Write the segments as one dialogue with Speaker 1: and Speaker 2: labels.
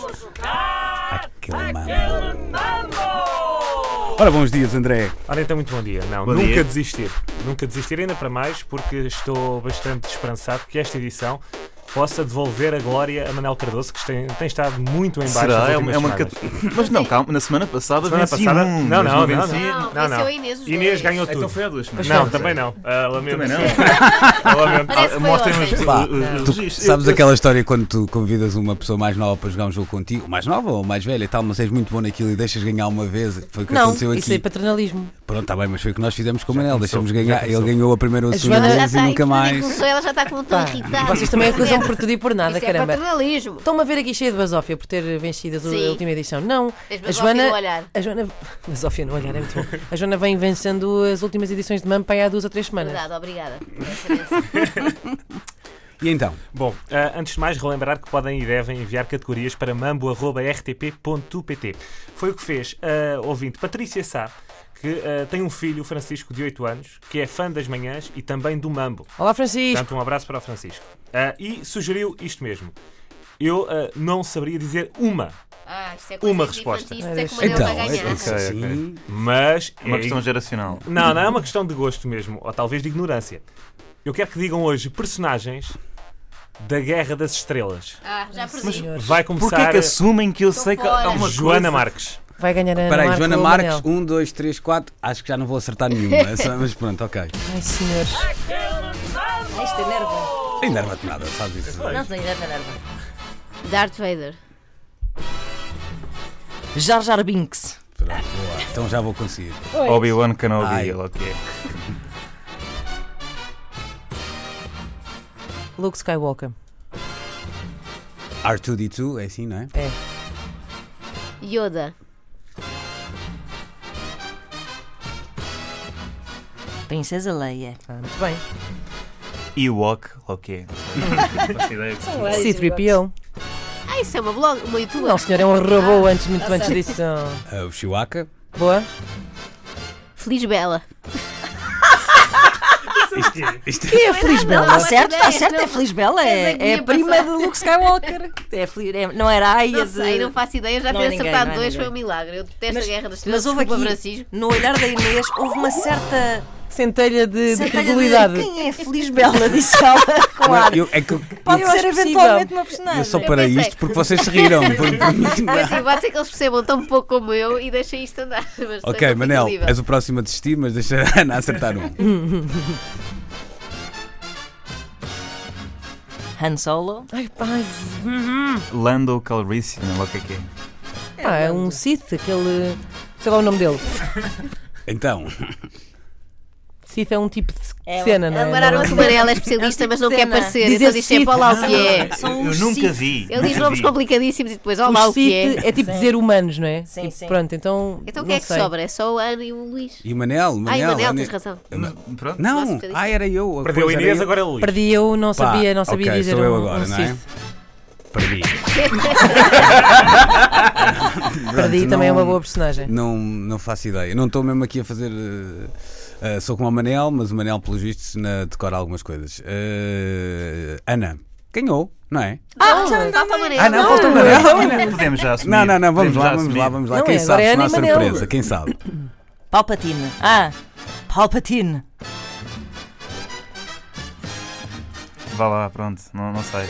Speaker 1: Vamos jogar
Speaker 2: Aquele mambo.
Speaker 1: mambo!
Speaker 2: Ora, bons dias, André.
Speaker 3: Ora então, muito bom dia. Não,
Speaker 2: Bom
Speaker 3: nunca
Speaker 2: dia.
Speaker 3: desistir. Nunca desistir, ainda para mais, porque estou bastante esperançado que esta edição possa devolver a glória a Manel Cardoso, que tem, tem estado muito em baixo nas
Speaker 4: Será? É uma,
Speaker 3: últimas
Speaker 4: é uma
Speaker 3: semanas.
Speaker 4: catu- Mas não, calma, na semana passada
Speaker 3: Semana
Speaker 4: venci
Speaker 3: passada-
Speaker 4: um,
Speaker 3: não,
Speaker 4: mas
Speaker 3: não, não,
Speaker 4: venci.
Speaker 3: não.
Speaker 5: Não, esse é o Inês. os
Speaker 3: Inês
Speaker 5: dois.
Speaker 3: ganhou tudo.
Speaker 4: Então foi há duas semanas.
Speaker 3: Não, também não. Ah, lamento.
Speaker 4: Também não.
Speaker 3: Ah, lamento.
Speaker 5: Parece que foi
Speaker 4: Mostrem
Speaker 5: ontem.
Speaker 4: os,
Speaker 2: Pá,
Speaker 4: os- os
Speaker 2: Tu
Speaker 4: registros.
Speaker 2: sabes
Speaker 4: Eu-
Speaker 2: aquela história quando tu convidas uma pessoa mais nova para jogar um jogo contigo, mais nova ou mais velha e tal, mas és muito bom naquilo e deixas ganhar uma vez, foi o que
Speaker 6: Não,
Speaker 2: aconteceu
Speaker 6: isso é
Speaker 2: aqui.
Speaker 6: paternalismo.
Speaker 2: Pronto, está bem, mas foi o que nós fizemos com o Manel,
Speaker 3: começou,
Speaker 2: deixamos
Speaker 3: já
Speaker 2: ganhar,
Speaker 3: começou.
Speaker 2: ele ganhou a primeira ou a
Speaker 6: A
Speaker 2: segunda
Speaker 5: Ela
Speaker 6: Joana
Speaker 5: já
Speaker 2: vez e
Speaker 5: está
Speaker 2: nunca mais.
Speaker 5: Começou, ela já está com um tom irritado.
Speaker 6: Vocês também acusam por tudo e por nada,
Speaker 5: Isso é
Speaker 6: caramba.
Speaker 5: paternalismo.
Speaker 6: Estão-me a ver aqui cheia de basófia por ter vencido a
Speaker 5: Sim.
Speaker 6: última edição. Não.
Speaker 5: Tens
Speaker 6: A
Speaker 5: basófia
Speaker 6: Joana,
Speaker 5: no olhar.
Speaker 6: a Joana. Basófia no olhar, é muito bom. A Joana vem vencendo as últimas edições de Mampa há duas ou três semanas.
Speaker 5: Verdade, obrigada. Essa- essa-
Speaker 2: E então?
Speaker 3: Bom, ah, antes de mais, relembrar que podem e devem enviar categorias para mambo.rtp.pt. Foi o que fez a ouvinte Patrícia Sá, que ah, tem um filho, o Francisco, de 8 anos, que é fã das manhãs e também do mambo.
Speaker 6: Olá, Francisco.
Speaker 3: Portanto, um abraço para o Francisco. Ah, e sugeriu isto mesmo. Eu ah, não saberia dizer uma,
Speaker 5: Ah, isto é
Speaker 3: Uma
Speaker 5: coisas
Speaker 3: resposta.
Speaker 5: infantis, isto é que o Manel
Speaker 2: Então,
Speaker 5: vai ganhar.
Speaker 2: isso assim-
Speaker 3: mas.
Speaker 4: É uma
Speaker 3: é-
Speaker 4: questão geracional.
Speaker 3: Não, não é uma questão de gosto mesmo, ou talvez de ignorância. Eu quero que digam hoje personagens da Guerra das Estrelas.
Speaker 5: Ah, já perdi.
Speaker 3: Vai começar.
Speaker 4: Porquê é que assumem que eu sei que
Speaker 5: fora.
Speaker 4: há uma
Speaker 3: Joana
Speaker 4: coisa-
Speaker 3: Marques.
Speaker 6: Vai ganhar a Ana
Speaker 2: Tá. Espera aí,
Speaker 6: Marco
Speaker 2: Joana
Speaker 6: ou o
Speaker 2: Marques,
Speaker 6: Manel.
Speaker 2: 1, 2, 3, 4, acho que já não vou acertar nenhuma, só- mas pronto, ok.
Speaker 6: Ai, senhores.
Speaker 7: Esta nerva.
Speaker 2: Ainda não bate nada, sabes isso?
Speaker 7: Não sei, nerva, nerva.
Speaker 5: Darth Vader.
Speaker 7: Jar Jar Binks.
Speaker 2: Pronto, boa. Então já vou conseguir.
Speaker 4: Obi-Wan Kenobi, é.
Speaker 2: Ai.
Speaker 4: ele, ok.
Speaker 6: Luke Skywalker.
Speaker 2: R2D2, é assim, não é?
Speaker 5: Yoda.
Speaker 7: Princesa Leia.
Speaker 6: Ah, muito bem.
Speaker 4: Ewok, é. ok. Não faço ideia.
Speaker 6: C3PO.
Speaker 5: Ah, isso é uma blog, uma youtuber.
Speaker 6: Não, senhor, é um robô antes, muito antes disso.
Speaker 2: Ah, O Chihuahua.
Speaker 6: Boa.
Speaker 5: Feliz Bela.
Speaker 6: Que é feliz,
Speaker 7: Não,
Speaker 6: Bela?
Speaker 7: está certo, está
Speaker 5: ideia,
Speaker 7: certo. É
Speaker 5: não.
Speaker 7: Feliz Bela.
Speaker 5: Mas é
Speaker 7: É,
Speaker 5: que
Speaker 7: é
Speaker 5: ia
Speaker 7: a prima
Speaker 5: passar.
Speaker 7: de Luke Skywalker. É, Fli- é- não era a Aya
Speaker 5: Não
Speaker 7: de.
Speaker 5: sei, não faço ideia. Já
Speaker 7: Não
Speaker 5: ter
Speaker 7: é ninguém,
Speaker 5: acertado
Speaker 7: não é
Speaker 5: dois
Speaker 7: ninguém.
Speaker 5: foi um milagre. Eu detesto a Guerra das Estrelas.
Speaker 7: mas houve
Speaker 5: Desculpa,
Speaker 7: aqui,
Speaker 5: Francisco.
Speaker 7: no olhar da Inês, houve uma certa.
Speaker 6: Centelha de, de
Speaker 7: certa
Speaker 6: credulidade.
Speaker 7: Quem é Feliz Bela? Disse ela com ar.
Speaker 2: Eu, é que eu-
Speaker 7: Pode
Speaker 6: Eu
Speaker 7: ser
Speaker 6: acho possível.
Speaker 7: eventualmente uma
Speaker 2: eu só
Speaker 7: personagem.
Speaker 2: parei
Speaker 5: pensei.
Speaker 2: isto porque vocês se riram. um Por- por mim, não.
Speaker 5: Mas sim, pode ser que eles percebam tão pouco como eu e deixem isto andar. Mas é
Speaker 2: Ok, Manel,
Speaker 5: incrível.
Speaker 2: és um o próximo a desistir, mas deixa a Ana acertar um.
Speaker 7: Han Solo.
Speaker 6: Ai,
Speaker 5: É
Speaker 6: é pai.
Speaker 4: Lando Calrissian, não o que é que é.
Speaker 6: Pá, é um Sith, aquele. Sei lá o nome dele.
Speaker 2: Então,
Speaker 6: Sith é um tipo de
Speaker 7: É,
Speaker 6: cena, não é?
Speaker 5: Agora
Speaker 6: Não
Speaker 5: o
Speaker 6: é?
Speaker 5: Amarelo é especialista, mas não quer
Speaker 7: Cena.
Speaker 5: parecer.
Speaker 6: Dizer
Speaker 5: Então diz sempre
Speaker 6: Sith.
Speaker 5: olá o que é.
Speaker 7: São
Speaker 4: Eu
Speaker 7: os
Speaker 4: nunca
Speaker 7: Sith.
Speaker 4: vi.
Speaker 5: Ele diz nomes complicadíssimos e depois olá
Speaker 6: Os
Speaker 5: o que é.
Speaker 6: Sith é tipo dizer humanos, não é?
Speaker 7: Sim,
Speaker 6: Tipo,
Speaker 7: sim.
Speaker 6: Pronto, então.
Speaker 5: Então o que
Speaker 6: não
Speaker 5: é que
Speaker 6: sei.
Speaker 5: sobra? É só o Ana e o Luís.
Speaker 2: e o Manel?
Speaker 5: Ai,
Speaker 2: Manel,
Speaker 5: Manel,
Speaker 2: Ana-
Speaker 5: tens razão.
Speaker 4: Pronto.
Speaker 2: Não,
Speaker 5: Posso fazer
Speaker 2: ah,
Speaker 5: isso?
Speaker 2: era eu. a
Speaker 3: Perdeu a
Speaker 2: coisa era
Speaker 3: Inês,
Speaker 2: eu.
Speaker 3: agora é Luís.
Speaker 6: Perdi eu, não
Speaker 2: Pá,
Speaker 6: sabia, não sabia
Speaker 2: ok,
Speaker 6: dizer
Speaker 2: sou eu
Speaker 6: um,
Speaker 2: agora,
Speaker 6: um
Speaker 2: não
Speaker 6: Sith.
Speaker 2: é? Perdi.
Speaker 6: Perdi
Speaker 2: Pronto,
Speaker 6: também é
Speaker 2: então não-
Speaker 6: uma boa personagem.
Speaker 2: Não, não faço ideia. Não estou mesmo aqui a fazer. eh, eh, sou como o Manel, mas o Manel, pelos vistos, na- decora algumas coisas. Eh, Ana, ganhou, não é?
Speaker 5: Ah, já não falta o Manel.
Speaker 2: Ah, não, falta o Manel.
Speaker 4: Podemos já assumir.
Speaker 2: Não, não, não, vamos
Speaker 4: Podemos já
Speaker 2: lá, vamos
Speaker 4: assumir.
Speaker 2: lá, vamos lá.
Speaker 6: Não,
Speaker 2: Quem
Speaker 6: é,
Speaker 2: sabe,
Speaker 6: agora é
Speaker 2: será
Speaker 6: Ana e Manel.
Speaker 2: surpresa, quem sabe?
Speaker 7: Palpatine. Ah, Palpatine.
Speaker 4: Vá lá, pronto, não, não sei.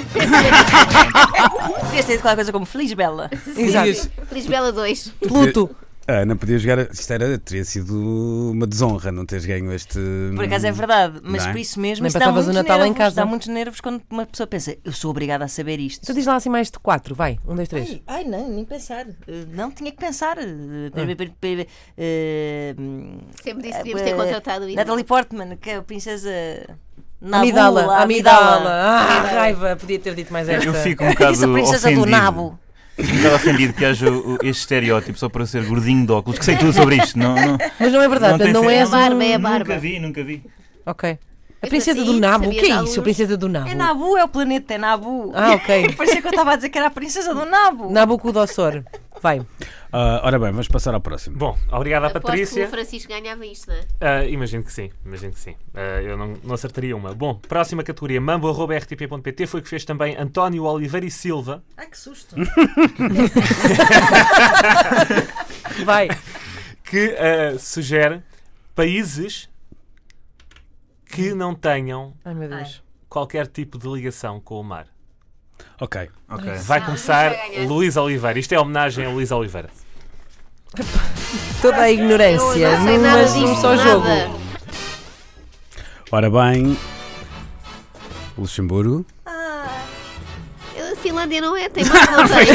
Speaker 7: Podias ter dito qualquer coisa como Feliz Bela.
Speaker 2: Podias-
Speaker 5: Feliz Bela 2.
Speaker 6: Pluto.
Speaker 2: A Ana Ah, podia jogar. Isto era, teria sido uma desonra não teres ganho este.
Speaker 7: Por acaso é verdade, mas
Speaker 2: Hum, Não é?
Speaker 7: por isso mesmo
Speaker 6: Nem
Speaker 7: isso dá
Speaker 6: passavas o
Speaker 7: muitos
Speaker 6: Natal em
Speaker 7: nervos,
Speaker 6: casa.
Speaker 7: Dá muitos nervos quando uma pessoa pensa, eu sou obrigada a saber isto.
Speaker 6: Então diz lá assim mais de quatro, vai. Um, dois, três.
Speaker 7: Ai, não, nem pensar. Não, tinha que pensar. Eh, pe- pe- pe- pe- eh, hum,
Speaker 5: Sempre disse que devíamos ter
Speaker 7: eh,
Speaker 5: contratado o Inês.
Speaker 7: Natalie Portman, que é a princesa. Nabu,
Speaker 6: Amidala,
Speaker 7: a
Speaker 6: amidala. Ah, raiva, podia ter dito mais esta.
Speaker 4: Eu fico um
Speaker 7: Isso, a
Speaker 4: bocado
Speaker 7: princesa
Speaker 4: ofendido.
Speaker 7: do Nabo.
Speaker 4: Fico um bocado ofendido que haja o- o- este estereótipo só para eu ser gordinho de óculos, que sei tudo sobre isto. Não, não,
Speaker 6: Mas não é verdade,
Speaker 4: tem
Speaker 6: não,
Speaker 4: sentido.
Speaker 6: é
Speaker 5: A barba é a
Speaker 4: Nunca
Speaker 5: barba.
Speaker 4: vi, nunca vi.
Speaker 6: Ok. A
Speaker 5: Eu
Speaker 6: princesa
Speaker 5: sabia,
Speaker 6: do Nabo, o
Speaker 5: sabia
Speaker 6: que é
Speaker 5: dar
Speaker 6: isso? A
Speaker 5: luz.
Speaker 6: princesa do Nabo.
Speaker 7: É Nabu, é o planeta, é Nabu.
Speaker 6: Ah, ok.
Speaker 7: Parecia que eu estava a dizer que era a princesa do Nabo.
Speaker 6: Nabucodossor. Vai.
Speaker 2: Ah, ora bem, vamos passar ao próximo.
Speaker 3: Bom, obrigado à
Speaker 5: Aposto que
Speaker 3: Patrícia.
Speaker 5: o Francisco ganhava isto, não é?
Speaker 3: Ah, imagino que sim, imagino que sim. Ah, eu não, não acertaria uma. Bom, próxima categoria, mambo.rtp.pt, foi o que fez também António Oliveira e Silva.
Speaker 7: Ai, que susto.
Speaker 6: Vai.
Speaker 3: que ah, sugere países que não tenham
Speaker 6: Ai meu Deus.
Speaker 3: qualquer tipo de ligação com o mar.
Speaker 2: Ok.
Speaker 4: Ok.
Speaker 3: Vai
Speaker 5: Ah,
Speaker 3: começar
Speaker 5: já ganhei.
Speaker 3: Luís Oliveira. Isto é homenagem a Luís Oliveira.
Speaker 6: Toda a ignorância
Speaker 5: Eu não sei nada
Speaker 6: mas num
Speaker 5: disto,
Speaker 6: só
Speaker 5: nada.
Speaker 6: jogo.
Speaker 2: Ora bem. Luxemburgo.
Speaker 5: Eu- A Finlândia não é, tem mais não tem.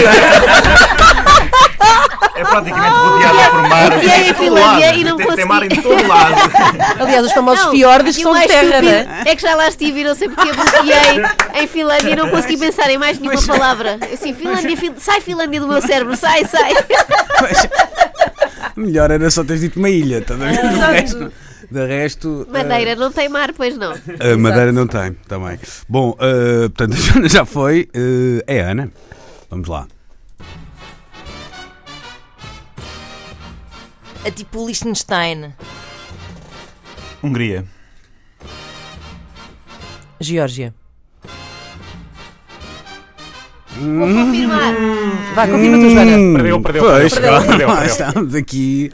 Speaker 4: É praticamente rodeada por mar.
Speaker 5: E é em
Speaker 4: Em todo
Speaker 5: Finlândia
Speaker 4: lado.
Speaker 5: e não
Speaker 4: Tem- Tem mar em
Speaker 5: consegui.
Speaker 4: todo lado.
Speaker 6: Aliás, os famosos
Speaker 5: Não,
Speaker 6: fiordes
Speaker 5: e o
Speaker 6: são de
Speaker 5: mais
Speaker 6: terra,
Speaker 5: estúpido
Speaker 6: né?
Speaker 5: É que já lá estive e não sei porque eu bloqueei em Finlândia e não consegui pensar em mais nenhuma palavra. Assim, Finlândia, Fin- sai Finlândia do meu cérebro, sai, sai.
Speaker 7: Ah.
Speaker 2: Melhor era só teres dito uma ilha, estás a ver? Do resto. De resto. ah,
Speaker 5: Madeira, não tem mar, pois não.
Speaker 2: A Madeira não tem, também. Bom, eh, portanto, a Joana já foi. eh, é a Ana. Vamos lá.
Speaker 7: É tipo Liechtenstein.
Speaker 4: Hungria.
Speaker 6: Geórgia.
Speaker 5: Vou confirmar.
Speaker 6: Vai, confirma tu, Joana.
Speaker 3: Perdeu, perdeu,
Speaker 2: Hum, pois,
Speaker 3: perdeu,
Speaker 2: claro,
Speaker 3: perdeu, perdeu.
Speaker 2: Estamos aqui.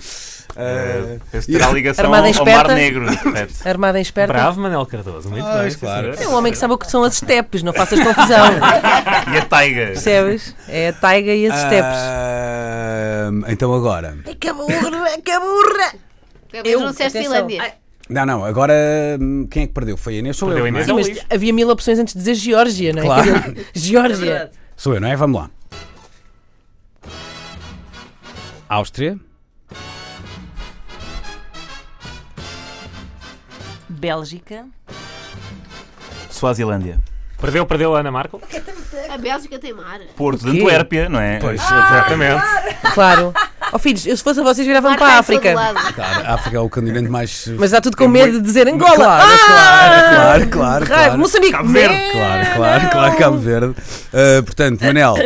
Speaker 2: eh,
Speaker 4: Eh, Penso que terá ligação
Speaker 6: Armada
Speaker 4: ao Mar
Speaker 6: esperta.
Speaker 4: Negro. correto.
Speaker 6: Armada em esperta.
Speaker 3: Bravo, Manel Cardoso. Muito
Speaker 2: Pois,
Speaker 3: bem. sim,
Speaker 2: claro.
Speaker 6: É
Speaker 3: senhora.
Speaker 6: um homem que sabe o que são as estepes, não faças confusão.
Speaker 4: E a taiga.
Speaker 6: Percebes? É a taiga e as estepes.
Speaker 2: ah, então agora.
Speaker 7: Caburra, caburra.
Speaker 5: Pelo menos
Speaker 6: Eu,
Speaker 5: não disseste
Speaker 6: atenção.
Speaker 5: Finlândia.
Speaker 2: Não, não, agora hum, quem é que perdeu? Foi a Inês? Sou
Speaker 3: Perdeu
Speaker 2: eu.
Speaker 3: a Inês.
Speaker 2: não
Speaker 6: Sim,
Speaker 2: é?
Speaker 6: mas
Speaker 3: Luís.
Speaker 6: havia mil opções antes de dizer Geórgia, não é?
Speaker 2: Claro.
Speaker 6: Quer dizer, Geórgia.
Speaker 2: Sou eu, não é? Vamos lá. Áustria.
Speaker 7: Bélgica.
Speaker 4: Suazilândia.
Speaker 3: Perdeu, perdeu a Ana Marco.
Speaker 5: A Bélgica tem mar.
Speaker 4: Porto de
Speaker 6: quê?
Speaker 4: Antuérpia, não é?
Speaker 2: Pois,
Speaker 6: Ah!
Speaker 3: Exatamente.
Speaker 6: Claro. Oh, filhos, eu se fosse a vocês viravam
Speaker 5: Mar
Speaker 6: para a
Speaker 5: está tá em todo
Speaker 6: África.
Speaker 5: lado.
Speaker 2: claro, a África é o continente mais.
Speaker 6: Mas está tudo com medo de dizer Angola.
Speaker 2: É Claro,
Speaker 6: ah!
Speaker 2: claro, claro,
Speaker 6: Raiva,
Speaker 2: claro.
Speaker 6: Moçambique.
Speaker 4: Cabo Verde.
Speaker 6: Não.
Speaker 2: Claro, claro, claro, Cabo Verde. Ah, portanto, Manel. ah,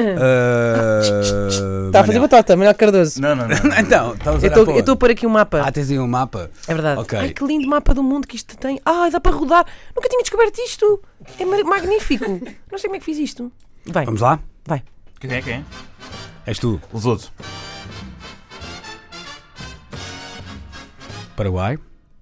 Speaker 6: Está Tá a fazer
Speaker 2: Manel.
Speaker 6: batota, Manuel Cardoso.
Speaker 4: Não, não, não.
Speaker 2: Então, estamos a olhar
Speaker 6: Eu estou-
Speaker 2: para
Speaker 6: eu estou a
Speaker 2: onde?
Speaker 6: pôr aqui um mapa.
Speaker 2: Ah, tens aí um mapa?
Speaker 6: É verdade.
Speaker 2: Ok.
Speaker 6: Ai, que lindo mapa do mundo que isto tem. Ai, dá para rodar. Nunca tinha descoberto isto. É ma- magnífico. Não sei como é que fiz isto. Vai,
Speaker 2: Vamos lá?
Speaker 6: vai.
Speaker 4: Quem é quem? é?
Speaker 2: És tu,
Speaker 4: Os outros.
Speaker 2: Paraguai.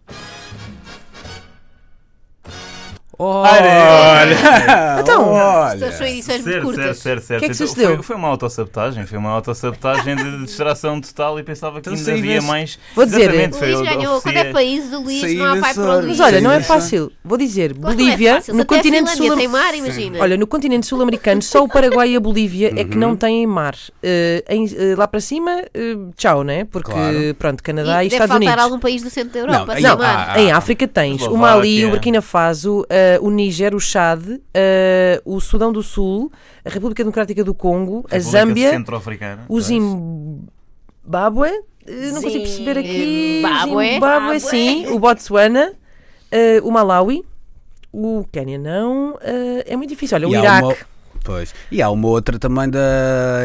Speaker 2: Oh,
Speaker 6: Então,
Speaker 5: Estas são edições muito
Speaker 4: Certo, certo,
Speaker 5: curtas.
Speaker 4: certo, certo.
Speaker 6: Que é que
Speaker 4: Então,
Speaker 6: sucedeu?
Speaker 4: Foi, foi uma autossabotagem, foi uma autossabotagem de, de distração total e pensava que
Speaker 2: Então
Speaker 4: ainda
Speaker 2: saí
Speaker 4: havia
Speaker 2: desse-
Speaker 4: mais.
Speaker 6: Vou dizer,
Speaker 4: Exatamente,
Speaker 5: O
Speaker 4: foi
Speaker 5: Luís
Speaker 4: eu que
Speaker 5: ganhou. Quando é
Speaker 4: oferecia-
Speaker 5: país, o Luís
Speaker 2: Saí
Speaker 5: não há pai
Speaker 2: desse
Speaker 5: para o
Speaker 2: ar.
Speaker 5: Luís.
Speaker 6: mas olha, não é
Speaker 2: Isso é
Speaker 6: fácil. Vou
Speaker 5: Claro
Speaker 6: dizer,
Speaker 5: que não é
Speaker 6: Bolívia,
Speaker 5: fácil, se
Speaker 6: no
Speaker 5: até a
Speaker 6: continente
Speaker 5: Finlândia tem
Speaker 6: sul
Speaker 5: mar, imagina.
Speaker 6: Olha, no continente sul-americano, só o Paraguai e a Bolívia é
Speaker 2: Uhum.
Speaker 6: que não têm mar. Eh, em- eh, lá para cima, eh, tchau, né? Porque,
Speaker 2: Claro.
Speaker 6: pronto, Canadá e,
Speaker 5: E deve
Speaker 6: Estados
Speaker 5: faltar
Speaker 6: Unidos.
Speaker 5: algum país do centro da Europa.
Speaker 2: Não,
Speaker 5: sem
Speaker 2: não,
Speaker 5: mar.
Speaker 2: Ah,
Speaker 6: Em África tens o
Speaker 4: Eslováquia.
Speaker 2: é.
Speaker 6: Mali, o Burkina Faso, eh, o Níger, o Chad, eh, o Sudão do Sul, a República Democrática do Congo, a
Speaker 4: República
Speaker 6: Zâmbia,
Speaker 4: Centro-Africana.
Speaker 6: o Zimbábue, eh, não consigo perceber aqui.
Speaker 5: Zimbábue.
Speaker 6: Zimbábue, sim, o Botsuana, eh, o Malawi, o Quênia não. eh, é muito difícil. Olha, o
Speaker 2: E há
Speaker 6: Iraque.
Speaker 2: uma- Pois. E há uma outra também da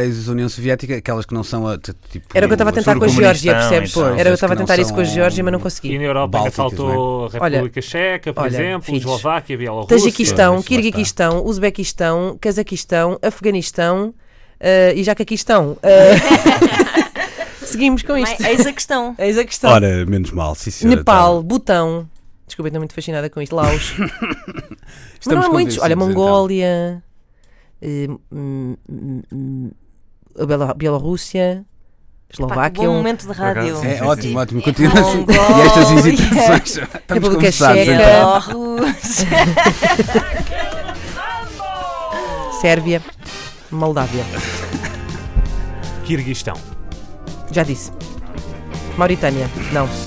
Speaker 2: ex-União Soviética, aquelas que não são a, t- tipo.
Speaker 6: Era o que eu estava a tentar com a
Speaker 4: Sul
Speaker 6: Geórgia,
Speaker 4: Comunistão,
Speaker 6: percebes?
Speaker 4: então.
Speaker 6: Era o que eu
Speaker 2: Essas
Speaker 6: estava a
Speaker 2: que não
Speaker 6: tentar isso com a
Speaker 2: são-
Speaker 6: Geórgia, mas não
Speaker 3: E
Speaker 6: consigi.
Speaker 3: na Europa ainda
Speaker 2: Bálticas,
Speaker 3: faltou a República
Speaker 6: Olha,
Speaker 3: Checa, por
Speaker 6: olha,
Speaker 3: exemplo,
Speaker 6: filhos.
Speaker 3: Eslováquia, Bielorrússia.
Speaker 6: Tajiquistão,
Speaker 2: isso lá está.
Speaker 6: Kirguiquistão, Uzbequistão, Cazaquistão, Afeganistão eh, e Jacaquistão. Eh, seguimos com isto.
Speaker 7: Mas eis a questão.
Speaker 6: Eis a questão.
Speaker 2: Ora, menos mal, sim, senhora, então.
Speaker 6: Nepal, Butão. Desculpa, estou muito fascinada com isto. Laos.
Speaker 2: tá.
Speaker 6: Mas não
Speaker 2: Estamos
Speaker 6: há muitos.
Speaker 2: convencidos,
Speaker 6: Olha,
Speaker 2: então.
Speaker 6: Mongólia, eh, hum, hum, hum, a Belo- Bielorrússia,
Speaker 7: Pá, que
Speaker 6: Eslováquia,
Speaker 7: bom né?
Speaker 6: um-
Speaker 7: momento de rádio.
Speaker 4: acaso,
Speaker 2: É ótimo, ótimo. Continua
Speaker 7: Mongólia.
Speaker 2: e estas hesitações. Estamos
Speaker 6: República
Speaker 2: conversados,
Speaker 6: Checa.
Speaker 2: então.
Speaker 7: Bielorrússia.
Speaker 6: Sérvia, Moldávia.
Speaker 3: Kirguistão.
Speaker 6: Já disse. Mauritânia, não.